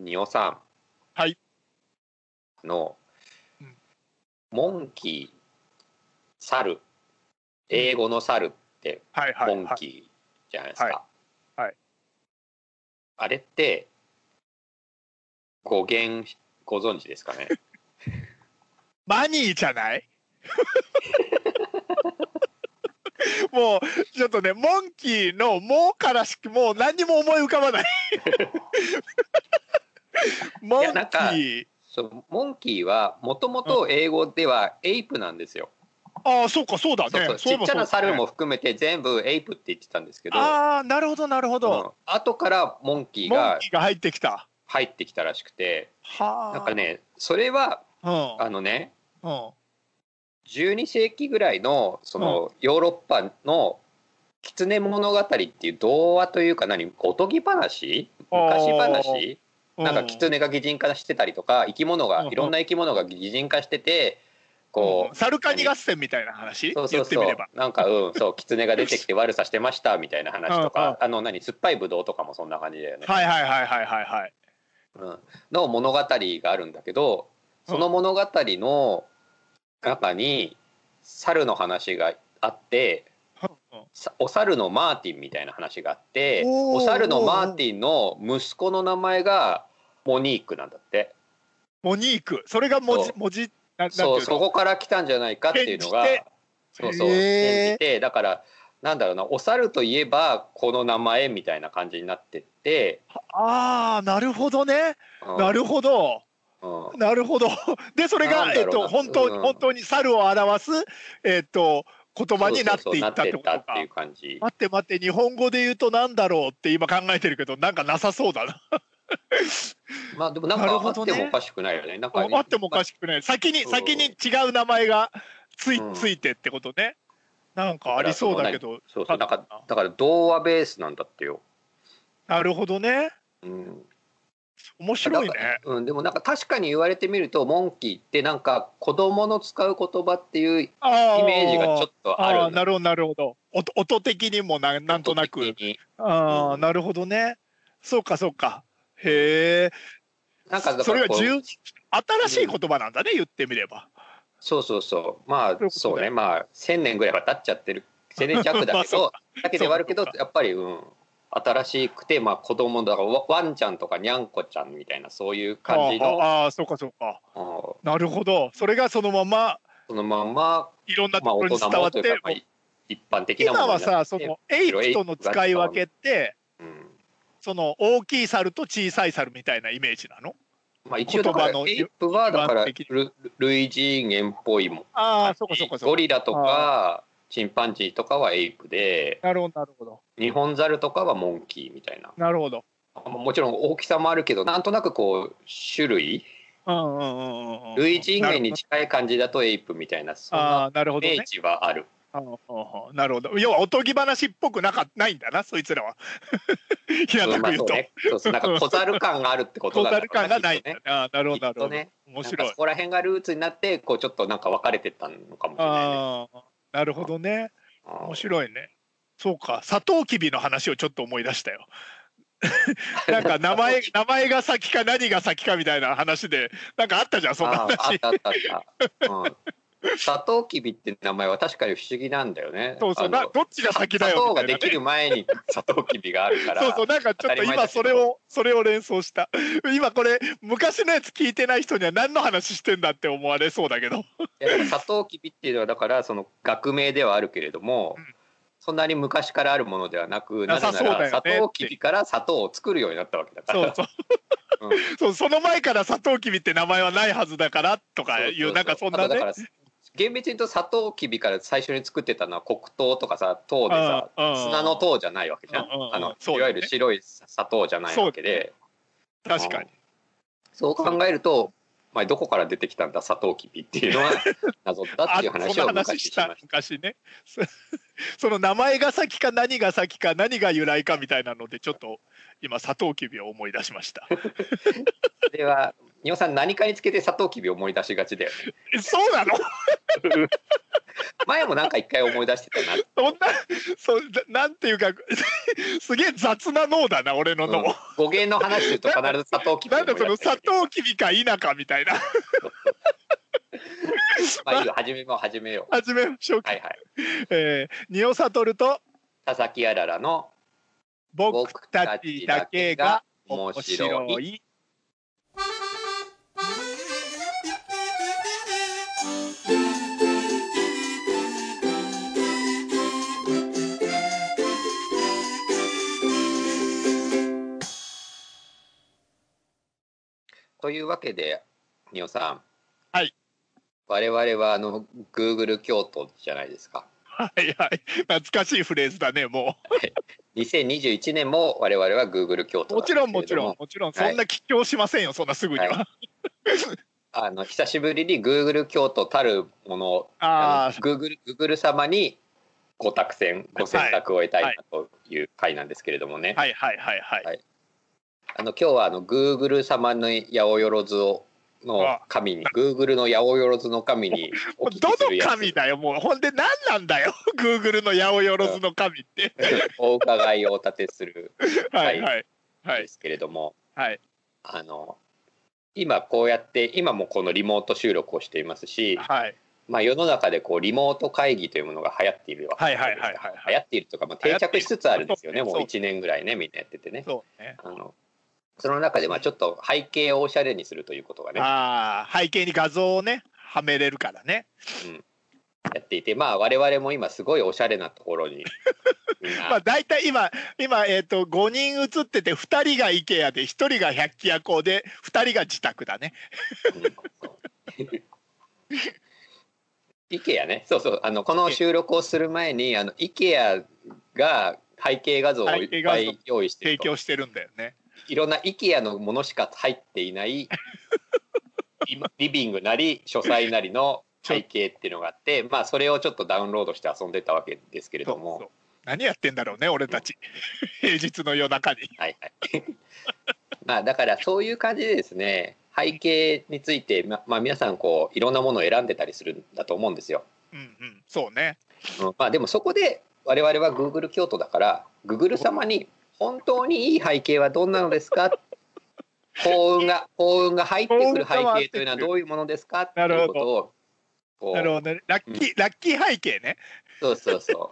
仁尾さん。はい。のうん、モンキー、猿、英語の猿ってはいはい、モはいンキーじゃないですか。いはいあれって、語源ご存知ですか ねマニーじゃない もうちょっとねモンキーの「もう」からしかもう何にも思い浮か ばないモンキやなんかーそうモンキーはもともと英語ではエイプなんですよ。ああそうかそうだねそうそうそういえちっばちゃなそうだね猿も含めて全部エイプって言ってたんですけど、ああなるほどなるほど、うん後からモンキーモンがキーが入ってきた入ってきたらしくてはあなんかねそれはうんあのねうん12世紀ぐらいのそのヨーロッパの「狐物語」っていう童話というか何おとぎ話昔話なんかい狐が擬人化してたりとか生き物うがんいろんな生き物が擬人化しててこう。サルカニ合戦みたいな話そうそう言そってみうればなんかうんそう狐が出てきて悪さしてましたみたいな話とうんうかあの何酸っぱいブドウとかもそんな感じだよねはいはいはいはいはいはいうんの物語があるんだけどその物語の中に猿の話があってうんうんさお猿のマーティンみたいな話があっておーお猿のマーティンの息子の名前がモニークなんだってモニークそれが文字そう文字ななんていうそうのそこから来たんじゃないかっていうのが転じてそうそうへー転じてだからなんだろうなお猿といえばこの名前みたいな感じになってって、ああなるほどね、うんなるほどうんなるほど でそれが、なんだえっろうなと、本当に、うん本当に猿を表すえっと言葉になっそうそていったってうそうなっこてっとたかっていう感じ待って待って日本語で言うとなんだろうって今考えてるけどなんかなさそうだなまあでもなんかなるあほってどねもおかしくないよねなんかあってもおかしくない先にそう先に違う名前がつい,、うんついてってことねなんかありそうだけどそうそうなんかあだから童話ベースなんだってよ、なるほどねうん、面白いねだからうん、でもなんか確かに言われてみるとモンキーってなんか子供の使う言葉っていうイあーメージがちょっとあるあーなるほどなるほど音音的にもななんとなく的にああ、うんなるほどね。そうかそうか。へえ。なんかだそかれらがこう十新しい言葉なんだね、言ってみれば。そうそうそうまあそういうことそうだねよまあ1,000年ぐらいは経っちゃってる1,000年弱だ まあけそどだけではあるけどそうかやっぱりうん新しくてまあ子供だからワワンちゃんとかニャンコちゃんみたいなそういう感じのあーあー、そうかそうか。うんなるほど。それがそのままそのまんまいろんなとまあころ大に人伝わもっとて、いうかまあい一般的なも今のになはってさ、そのエイプとの使い分けって、うんその大きい猿と小さい猿みたいなイメージなの？まあ、一応だから言葉のエイプはだから一般的ル類人猿っぽいもんああ、そうかそうかそうゴか。リラとかチンパンジーとかはエイプでなるほどなるほど。日本猿とかはモンキーみたいななるほど。まあもちろん大きさもあるけどなんとなくこう種類うんうんうんうんうん。類人猿に近い感じだとエイプみたいなそんあなあ、なるほイどメねー。ジはあるああなるほど。要はおとぎ話っぽくなかないんだな、そいつらは。 平うたんくまあ言そううと。ねそうそうなんか小猿感があるってことトだーかタらル感がないんだねね。ああなるほきど、なっるほとど。ね面なんか白いそ。こら辺がルーツになってこうちょっとなんか分かれてったのかもしれないねああ、なるほどね。うん面白いね。そうか、サトウキビの話をちょっと思い出した よ。なんか名前名前が先か何が先かみたいな話でなんかあったじゃんそんなあああっ話たあったあった。うん、サトウキビって名前は確かに不思議なんだよね。そうそうあのなどっちが先だ砂糖よみたがいでな、きね、る前にサトウキビがあるから。そうそうなんかちょっと今それをそれを連想した今これ昔のやつ聞いてない人には何の話してんだって思われそうだけどいやだからサトウキビっていうのはだからその学名ではあるけれども、うんそんなに昔からあるものではなく、ななぜなさそうだらサよねトウキビから砂糖を作るようになったわけだから。そうそううん そうその前からサトウキビって名前はないはずだからとかいうなんかそんなあとだかねら厳密に言うとサトウキビから最初に作ってたのは黒糖とかさ糖でさうんうん砂の糖じゃないわけじゃんうんうんうんあのそういだわねゆる白い砂糖じゃないわけで確かにそう考えると、まあ、どこから出てきたんだサトウキビっていうの は謎だっていう話をあそんな昔話ししまたし昔ね そその名前が先か何が先か何が由来かみたいなのでちょっと今サトウキビを思い出しましたた。では仁尾さん何かにつけてサトウキビを思い出しがちだよね。えそうなの前もなんか一回思い出してたなそんなそんななんていうか すげえ雑な脳だな俺の脳、うん語源の話すると必ず砂糖切 なんだその砂糖きびか否かみたいな まあいいよ始めもう始めよ始めましょううか、はいはいえー、仁尾悟と佐々木あららの僕たちだけが面面白白いい というわけでにおさんはい我々はあの Google 京都じゃないですかはいはい懐かしいフレーズだねも2021年も我々は Google 京う都なんもでちすけれろどんもちろんもちろんはいそんな吉強しませんよ、そんなすぐには、はあの久しぶりに Google 京都たるものをあのあ Google, Google 様にご託選ご選択を得たいなという回なんですけれどもね、あはいはいはいはい、はいあの今日はあの Google 様の八百万をの神に Google の八百万の神におもう聞どきするのや神だよもうほんで何なんだよ Google の八百万の神ってつ お伺いをお立てするはいはんいはでいすけれども、はいあの今こうやって今もこのリモート収録をしていますし、はいまあ、世の中でこうリモート会議というものが流行っているわけじゃないですかはいはいはいはいはい流行っているとか、まあ、定着しつつあるんですよねそうもう1年ぐらいねみんなやっててねそうねあのその中でまあちょっと背景をおしゃれにするということがねああ背景に画像をねはめれるからねやっていてまあ我々も今すごいおしゃれなところ にみんまあな大体今今えっ、と5人写ってて2人が IKEA で1人が百鬼夜行で2人が自宅だね イケアねそうそうあのこの収録をする前にあの IKEA が背景画像をいっぱい用意して提ると供してるんだよねいろんな IKEA のものしか入っていない今リビングなり書斎なりの背景っていうのがあって、まあ、それをちょっとダウンロードして遊んでたわけですけれそどうもそう何やってんだろうね俺たち平日の夜中にはいはい まあだからそういう感じでですね背景について、ままあ、皆さんこういろんなものを選んでたりするんだと思うんですよ。うんうんそうねうんまあ、でもそこで我々は Google 京都だから Google 様に本当にいい背景はどんなのです か幸運が幸運が入ってくる背景というのはどういうものですかってなるいうほどことをこなるうほどねラッキー、ラッキー背景ねそうそうそ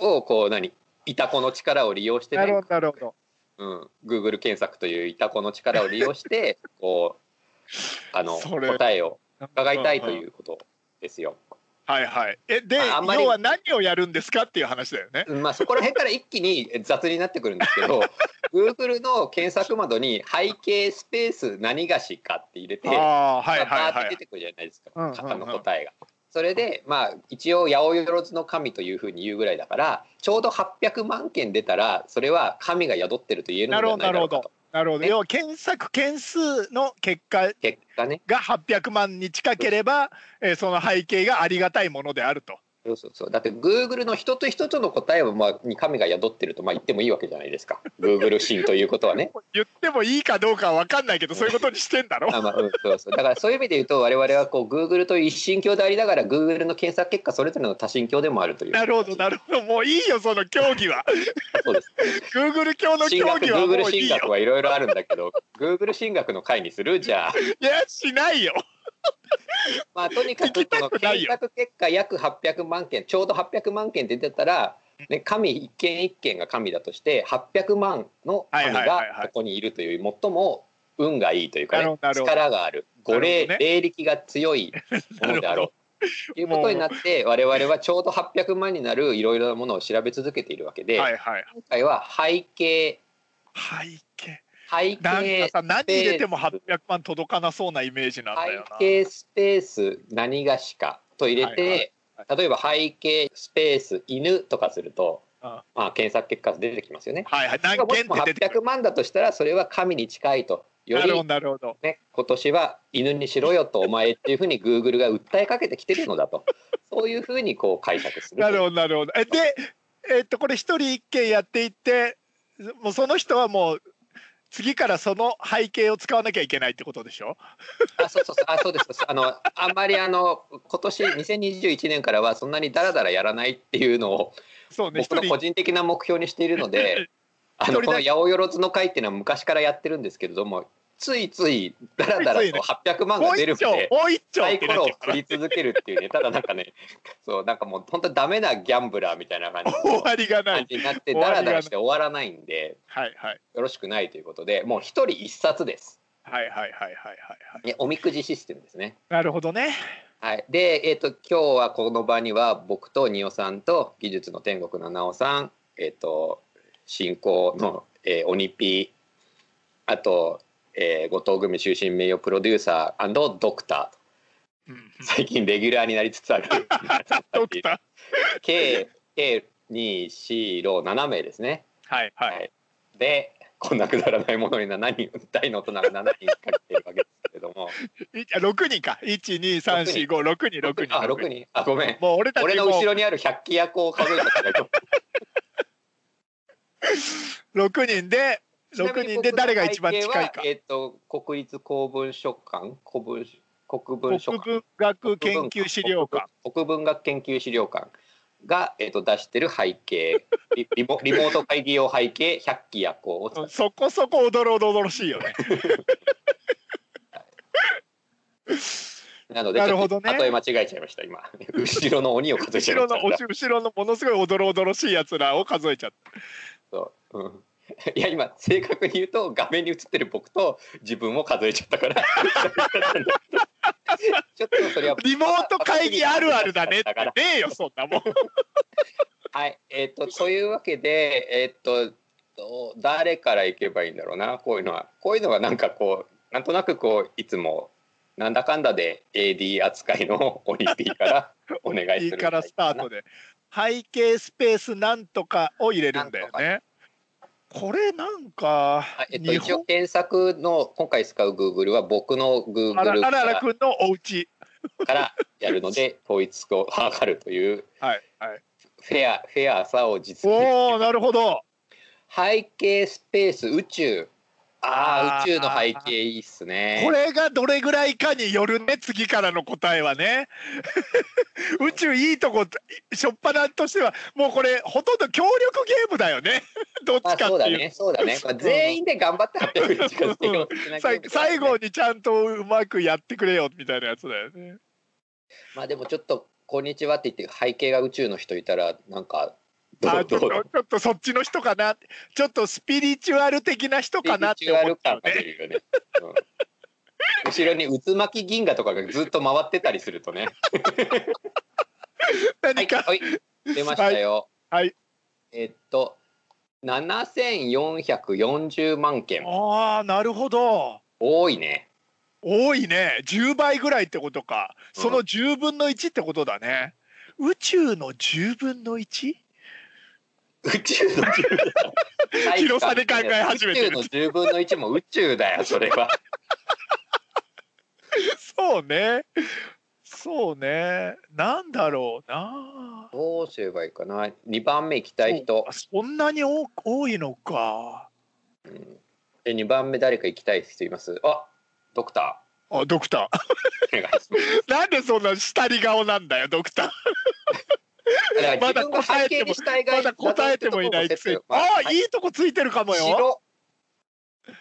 うをこう何イタコの力を利用してなねるほどなるほどうん、Google 検索というイタコの力を利用してこうあのそれ答えを伺いたいといううことですよ。はいはいえでまああんまり要は何をやるんですかっていう話だよねうんまあ、そこら辺から一気に雑になってくるんですけ ど Google の検索窓に「背景スペース何がしか」って入れて、あまあはいあはいバーっはて出いてくるじゃないですか、うんうんうんあの答えが。それでまあ一応八百万の神というふうに言うぐらいだからちょうど800万件出たらそれは神が宿ってると言えるのなでるほはどなだないるろうかほどと。なるほどね要は検索件数の結果結果ねが800万に近ければ、えーその背景がありがたいものであると。そうそうそうだって Google の人と人との答えを、まあ、に神が宿ってると、まあ、言ってもいいわけじゃないですか Google 神ということはね。言ってもいいかどうかは分かんないけどそういうことにしてんだろ あまあうん、そうそうだからそういう意味で言うと我々はこう Google という一神教でありながら Google の検索結果それぞれの多神教でもあるというなるほどなるほどもういいよその競 技はそうです Google 教の神競学技はも Google うい神いよ学はいろいろあるんだけど Google 神学の回にするじゃあ、いやしないよまあ、とにか聞くきたこくのない検よ索結果約800万件ちょうど800万件出てたら、ね、神一件一件が神だとして800万の神はいはいはいはがいここにいるという最も運がいいというか、なるねほどなるほど力があるなる五ほど霊、ね霊力が強 いものであろうということになって我々はちょうど800万になるいろいろなものを調べ続けているわけで、はいはい今回は背景背景背なんか景さ何入れても800万届かなそうなイメージなんだよ背景スペース何がしかと入れて、はいはい例えば背景スペース犬とかすると、な。うんまあ、検索結果出てきますよね。はいはい何も件しもって出てくる800万だとしたらそれは神に近いとよなるほどり、なるほどね、今年は犬にしろよとお前っていうふうに Google が訴えかけてきてるのだ とそういうふうにこう解釈するなるほどなるほどえでえっとこれ一人一件やっていってもうその人はもう次からその背景を使わなきゃいけないってことでしょあ、そうそうそう、あ、そうです。そうですあの、あんまりあの、今年2021年からはそんなにダラダラやらないっていうのを。そうね一僕の個人人的な目標にしているのであの 一人だけこの「八百万の会」っていうのは昔からやってるんですけれどもついついダラダラついついねと800万もがう出る一の丁もで。う一丁サっイてコなっロをちゃうか振らり続けるっていうね、ただなんかね、そう、なんかもう本当ダメなギャンブラーみたいな感じ 終わりがな感いじになって、ダラダラして終わらないんで、はいはいよろしくないということで、もう一人一冊です。はいはいはいはいはいはいね、おみくじシステムですね。なるほどねはい、で、えっと今日はこの場には僕と仁尾さんと技術の天国の奈緒さん、えっと進行の、えー、オニピーあと、えー、後藤組終身名誉プロデューサードクタうんうんー最近レギュラーになりつつあるドクター 計計2 4 6 7名ですね。はいははいいでこんなくだらないものに7人大の大人が7人かけてるわけですけれどもいあ六人か一二三四五六人 六人あ6人あごめんもう俺た俺ちの後もろにある百鬼夜行を数えたから六人でちなみ六に人で誰が一番近い僕の背景かはえっ、と国立公文書館、古文国文書国館、文学研究資料館国文学研究資料館がえっ、と出してる背景、リリモリモート会議用背景百鬼夜行を使っそこそこおどろおどろしいよね。てなのでなるほどねちょっと例え間違えちゃいました 今。後ろの鬼を数えちゃ後いましろのた。おし後ろのものすごいおどろおどろしいやつらを数えちゃっそううん いや今正確に言うと画面に映ってる僕と自分を数えちゃったから ちょっとそれはた。リモート会議あるあるだねってねえよそんなもん。はい、えっ、と、というわけで、えっ、とどう、誰から行けばいいんだろうな、こういうのは、こういうのがなんかこう、なんとなくこう、いつも。なんだかんだで、AD 扱い のオリピーから、お願いすいいる。からスタートで背景スペースなんとかを入れるんだよね。これなんかはい。えっと、日一応本検索の今回使う Google は僕の Google あからあらららくんのお家からやるの で統一を図るというはいはい。フェアフェアさを実現おおなるほど。背景スペース宇宙あああー宇宙の背景いいっすねこれがどれぐらいかによるね次からの答えはね 宇宙いいとこしょっぱなとしてはもうこれほとんど協力ゲームだよね どっちかあ、そうってだいうね、そうだね。まあ、全員で頑張って発表に近づけようってしなきゃさいいけない最後にちゃんとうまくやってくれよみたいなやつだよねまあでもちょっと「こんにちは」って言って背景が宇宙の人いたらなんかどあうちどょっうとちょっとそっちの人かなちょっとスピリチュアル的な人かなって思っちゃうがね出るよね。うん後ろに渦巻き銀河とかがずっと回ってたりすると ね。は何い、か、はい、出ましたよ。はいはいえっと7440万件ああなるほど多いね。多いね10倍ぐらいってことかその10分の1ってことだね、宇宙の10分の 1? 宇宙の10分の 広さで考え始めてる宇宙の10分の1も宇宙だよそれは。 そうねそうねなんだろうなどうすればいいかな2番目行きたい人あそんなに多多いのかで2番目誰か行きたい人いますあドクタあドクターーお願いします なんでそんな下り顔なんだよドクターだからまだ自分が背景にしたいがまだ答えてもいないくせにああいいとこついてるかもよ白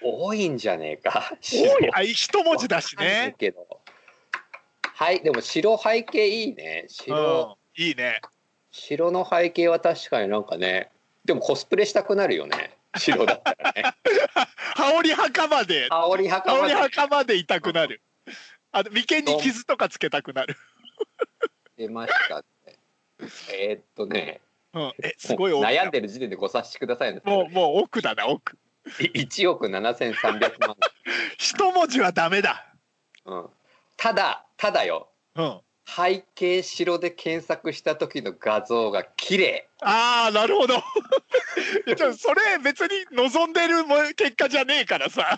多いんじゃねえか多い白あ一文字だしわかんないねけどはいでも白背景いいねうん白、いいね白の背景は確かになんかねでもコスプレしたくなるよね白だ ったらね羽織袴で羽織 羽織袴袴で痛くなるあの眉間に傷とかつけたくなる、出ましたねえーっとねうん、えすごい奥だ悩んでる時点でご察しくださいね。もうもう奥だな奥1億7300万、一文字はダメだうん、ただただようんあ背景白で検索した時の画像が綺麗あなるほど いやちょそれ別に望んでるも結果じゃねえからさ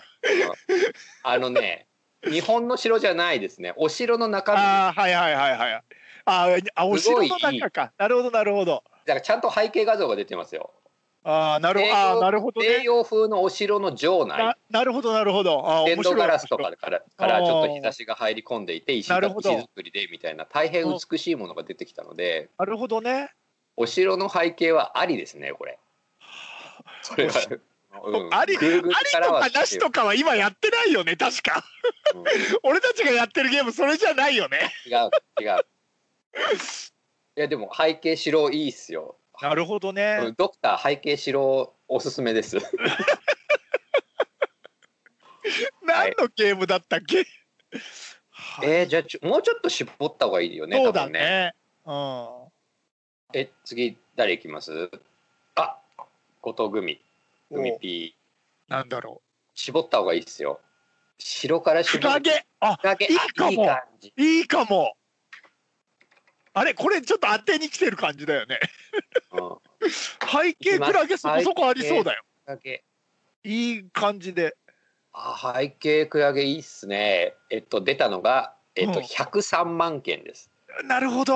あの ね日本の城じゃないですねお城の中身だああはいはいはいはいあーあおすご城いの中かなるほどなるほどからちゃんと背景画像が出てますよああなる西洋あーなるほど西ね。洋風のお城の城内ななるほどなるほど。あー天面童白いガラスとかからからあーちょっと日差しが入り込んでいて石なるがほ石ど造りでみたいな大変美しいものが出てきたのでなるほどね。お城の背景はありですねこ れ。それはおし、うんあり Google ありからとはかなしとかは今やってないよね確か。うん 俺たちがやってるゲームそれじゃないよね。違う違う。いやでも背景城いいっすよ。なるほどね。うんドクター背景城おすすめです。何のゲームだったっけ、はいえー、じゃあちょもうちょっと絞った方がいいよね。そ多うだ分ね。ね。うんえ次誰いきます？あ後藤組組 P なんだろ絞った方がいいっすよ。白からう。ク絞ラゲ。あ、クラゲいいあかもいい感じ。いいかも。あれ、これちょっと当てに来てる感じだよね。うん、ク背景クラゲそこそこありそうだよ。ラゲいい感じで。あ背景クラゲいいっすね。えっと出たのがえっとうん103万件です。なるほど。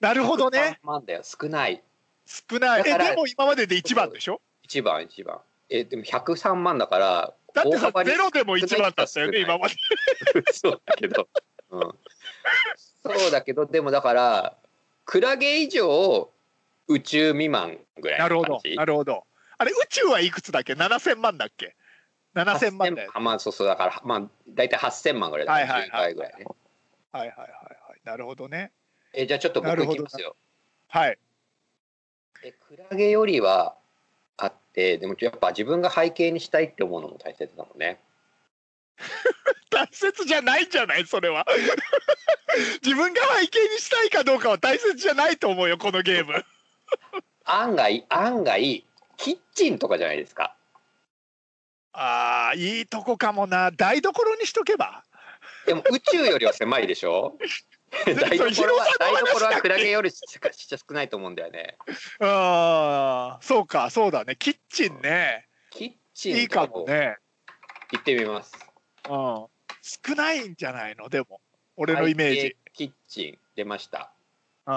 なるほどね。 103万だよ少ない。少ない。え、だからでも今までで一番でしょ一番一番えでも103万だからだって大さ、幅にゼロでも一番だったよ少なね、い今まで。 そうだけど、うん、そうだけどでもだからクラゲ以上宇宙未満ぐらいなるのほ感ど。じなるほど。あれ、宇宙はいくつだっけ ?7000 万だっけ ?7000 万だよね。あまあそうそうだからまあ大体8000万ぐらいだはいはいはい10倍ぐらいねはいはいはいはい。なるほどね。えじゃあちょっとな僕るいほきどますよはい。えクラゲよりはあってでもやっぱ自分が背景にしたいって思うのも大切だもんね大切じゃないんじゃないそれは 自分が背景にしたいかどうかは大切じゃないと思うよこのゲーム案外案外キッチンとかじゃないですかあーいいとこかもな台所にしとけばでも宇宙よりは狭いでし ょ台所は台所はクラゲよりしかしか少ないと思うんだよね。あーそうかそうだねキッチンねキッチンいいかもね、行ってみます。うん、少ないんじゃないのでも俺のイメージ、キッチン出ました。う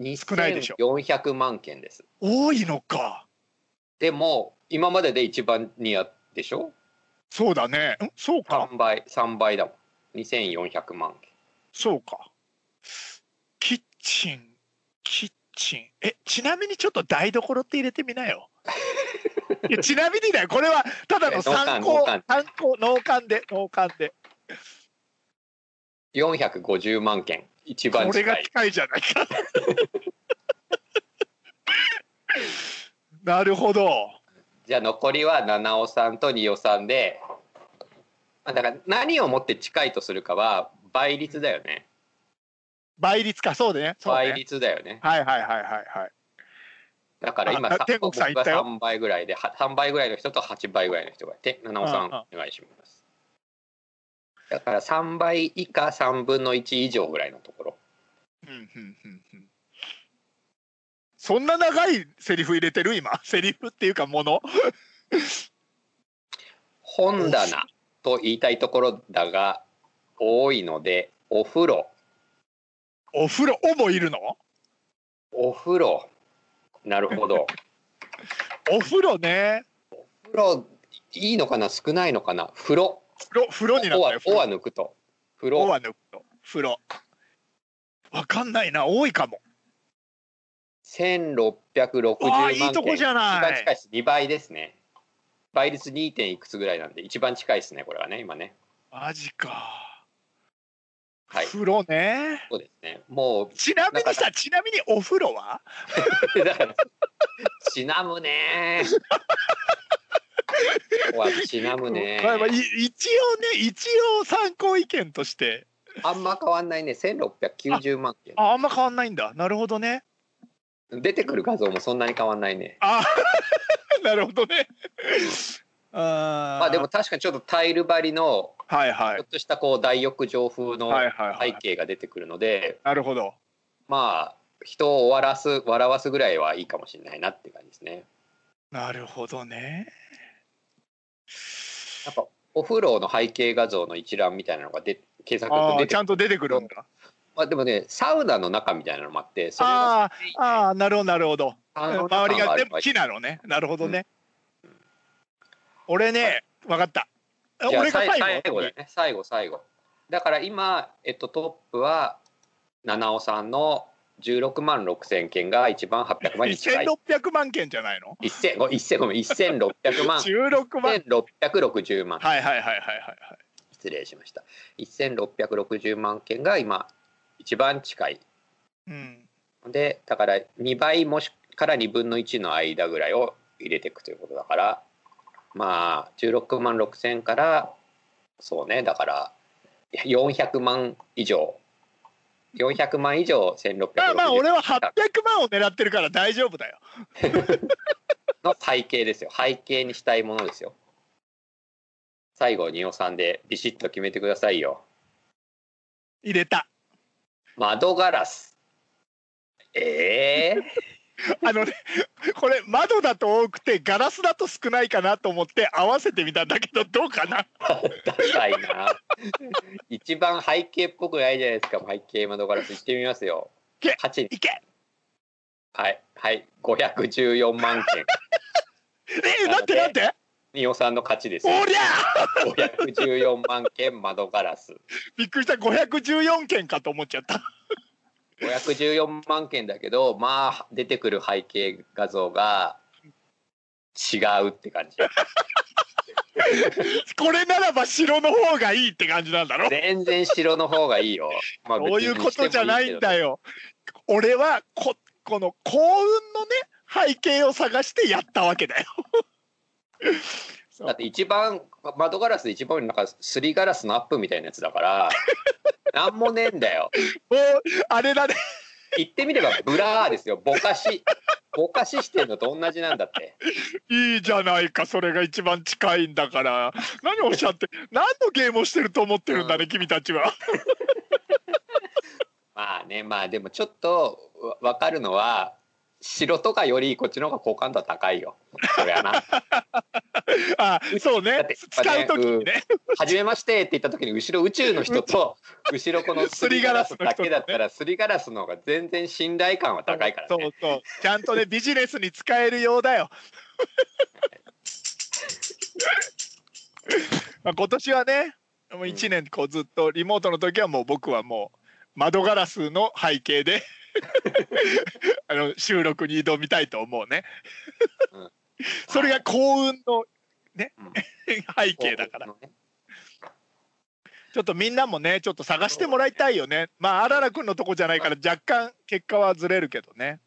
ん、少少ないでしょ400万件です。多いのかでも今までで一番ニアでしょそうだねんそうか3倍3倍だもん。2400万件。そうか。キッチン、キッチン。え、ちなみにちょっと台所って入れてみ なよ。いやちなみにだよ、これはただの参農考、家参考、農館で、農館で。 450万件一番こ近れがい。近いじゃないか。 なるほど。じゃあ残りは七尾さんと二尾さんで。まあだから何をもって近いとするかは倍率だよね。倍率か、そうだね。そう倍ね率だよね。はいはいはいはいはい。だから今ああ天国さん言ったよ僕が3倍ぐらいで、は3倍ぐらいの人と8倍ぐらいの人がいて、七尾さんうんうんお願いします。だから3倍以下3分の1以上ぐらいのところ。うんうんうんうんそんな長いセリフ入れてる今セリフっていうかもの本棚と言いたいところだが、多いので、お風呂、お風呂おもいるのお風呂。なるほ ど。お風呂ねお風呂、いいのかな少ないのかな風呂。風呂風呂になっおたはよ、風お呂は抜くと。風お呂。は抜くと風呂わかんないな多いかも1660ああ万い件。いとこじゃ一な番近いいです。2倍ですね。倍率 2. 点いくつぐらいなんで、一番近いですね、これはね、今ね。マジか、はい、風呂ねそうですね。もちなみにさちなみにお風呂はう、 だから、ちなむね ここはちなむねまあまあい一応ね一応参考意見としてあんま変わんないね、1690万件。ああんま変わんないんだなるほ どね出てくる画像もそんなに変わんないね。ああなるほどね あまあでも確かにちょっとタイル張りの、はいはいちょっとしたこう大浴場風のはいはいは背い景が出てくるので、なるほどまあ、人を終わらす、笑わすぐらいはいいかもしれないなって感じですね。なるほどねやっぱお風呂の背景画像の一覧みたいなのがで検索あとあ出ーてちくゃるんと出てくるんだまあ、でもねサウナの中みたいなのもあってそれがあーあーなるほどなるほど可能な周り感はがある全部木なのねなるほどね、俺ね分かったあじゃあ俺がさい最最後後だよね最後最後だから今、えっと、トップは七尾さんの16万6000件が一番800万に近い1600万件じゃないの1000ごめん1000ごめん1600万16万1660万はいはいはいはいはいはい失礼しました1660万件が今一番近いうんのでだから2倍もしから2分の1の間ぐらいを入れていくということだからまあ16万6,000からそうねだから400万以上400万以上まあまあ1660俺は800万を狙ってるから大丈夫だよの背景ですよ背景にしたいものですよ最後二尾さんでビシッと決めてくださいよ入 れた窓ガラスええあのねこれ窓だと多くてガラスだと少ないかなと思って合わせてみたんだけどどうかなダサいな。一番背景っぽくないじゃないですか。背景窓ガラス行ってみますよ。け八いけはいはい五百十四万件。えなんてなんてニオさんの勝ちですおよ。りゃ五百十四万件窓ガラス。びっくりした514件かと思っちゃった 五百十四万件だけど、まあ出てくる背景画像が違うって感じ。これならば城の方がいいって感じなんだろ全然白の方がいいよ。まあそういうことじゃないんよ。だよ俺はここの幸運のね背景を探してやったわけだよ そうだって一番窓ガラスで一番なんかすりガラスのアップみたいなやつだから なんもねえんだよもうあれだね言ってみればブラーですよぼかしぼかししてるのと同じなんだっていいじゃないかそれが一番近いんだから何をおっしゃって何のゲームをしてると思ってるんだね、君たちはまあねまあでもちょっとわ分かるのは白とかよりこっちの方が好感度は高いよそりゃなあそうだねって使う時にね初めましてって言った時に後ろ宇宙の人と後ろこのすりガラスだけだったらすりガラスの方が全然信頼感は高いからそねうそうちゃんとねビジネスに使えるよ うだよまあ今年はねもう1年こうずっとリモートの時はもう僕はもう窓ガラスの背 景であの収録に挑みたいと思うねそれが幸運のねうん 背景だからそうねちょっとみんなもねちょっと探してもらいたいよねまああららくんのとこじゃないから若干結果はずれるけどね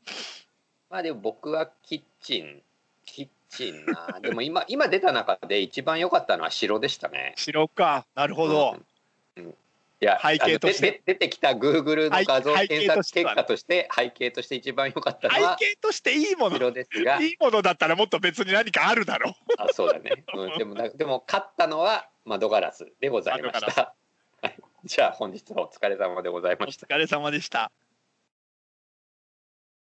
まあでも僕はキッチンキッチンなでも今今出た中で一番良かったのは城でしたね。白かなるほど、うん、うんいや背景としてあのでで出てきた Google の画像背検景と索して結は果として背景として一番良かったのは背景としていいもの城です がいいものだったらもっと別に何かあるだろう。あそうだね、うん、でもなでも勝ったのは窓ガラスでございまし窓ガた。はいじゃあ本日はお疲れ様でございおました。疲れ様でした。